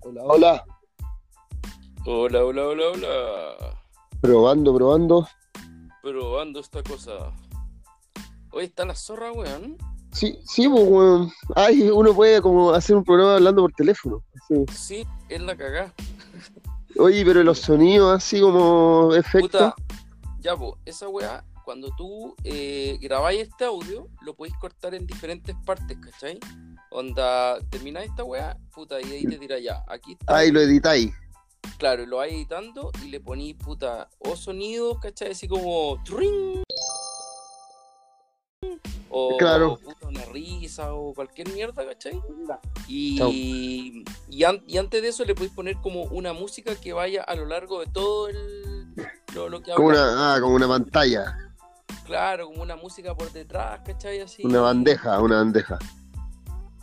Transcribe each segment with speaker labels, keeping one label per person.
Speaker 1: Hola, hola.
Speaker 2: Hola, hola, hola, hola.
Speaker 1: Probando, probando.
Speaker 2: Probando esta cosa. Hoy está la zorra, weón.
Speaker 1: Sí, sí, pues, weón. Ay, uno puede como hacer un programa hablando por teléfono. así.
Speaker 2: Sí, es la cagá.
Speaker 1: Oye, pero los sonidos así como efectos.
Speaker 2: Puta. Ya, po, esa weá, cuando tú eh, grabáis este audio, lo podéis cortar en diferentes partes, ¿cachai? Onda, termináis esta weá, puta, y ahí te dirá ya. Aquí está.
Speaker 1: Ay, lo editáis.
Speaker 2: Claro, y lo vais editando y le ponís, puta, o sonidos, ¿cachai? Así como. tring, O,
Speaker 1: Claro.
Speaker 2: puta, una risa o cualquier mierda, ¿cachai? Y, y, an- y antes de eso le podéis poner como una música que vaya a lo largo de todo el, lo, lo que
Speaker 1: Como
Speaker 2: hablamos.
Speaker 1: una, ah, como una pantalla,
Speaker 2: Claro, como una música por detrás, ¿cachai? Así.
Speaker 1: una bandeja, una bandeja.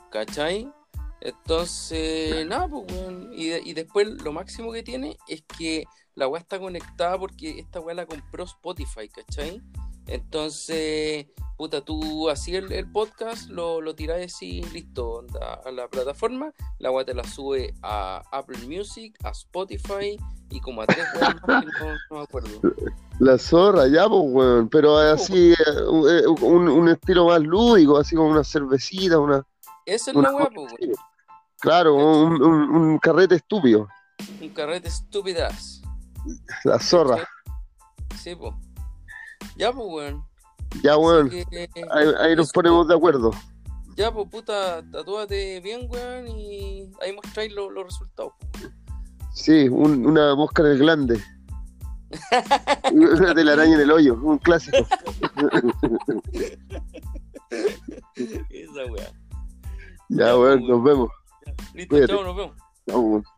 Speaker 2: ¿Cachai? Entonces, nada, pues, weón. Y, de- y después lo máximo que tiene es que la weá está conectada porque esta weá la compró Spotify, ¿cachai? Entonces, puta, tú así el, el podcast, lo, lo tirás así, listo, onda, a la plataforma, la weá te la sube a Apple Music, a Spotify y como a tres weas más que no, no me acuerdo.
Speaker 1: La zorra, ya, pues, weón. Pero así, eh, un, un estilo más lúdico, así como una cervecita, una.
Speaker 2: Esa es
Speaker 1: Una
Speaker 2: la weá, pues, weón.
Speaker 1: Claro, un, un- un carrete estúpido.
Speaker 2: Un carrete estúpidas.
Speaker 1: La zorra.
Speaker 2: Sí, pues. Ya, pues, weón.
Speaker 1: Ya, weón.
Speaker 2: Así que- eh,
Speaker 1: Ahí, ahí nos
Speaker 2: eso,
Speaker 1: ponemos de acuerdo.
Speaker 2: Ya, pues puta, tatúate bien, weón, y ahí mostráis lo- los resultados.
Speaker 1: Sí, un- una mosca en el glande. Una telaraña en el hoyo, un clásico.
Speaker 2: Esa weá.
Speaker 1: Ya, weón, nos vemos.
Speaker 2: Listo,
Speaker 1: Cuídate.
Speaker 2: chao, nos vemos.
Speaker 1: Chao, weón.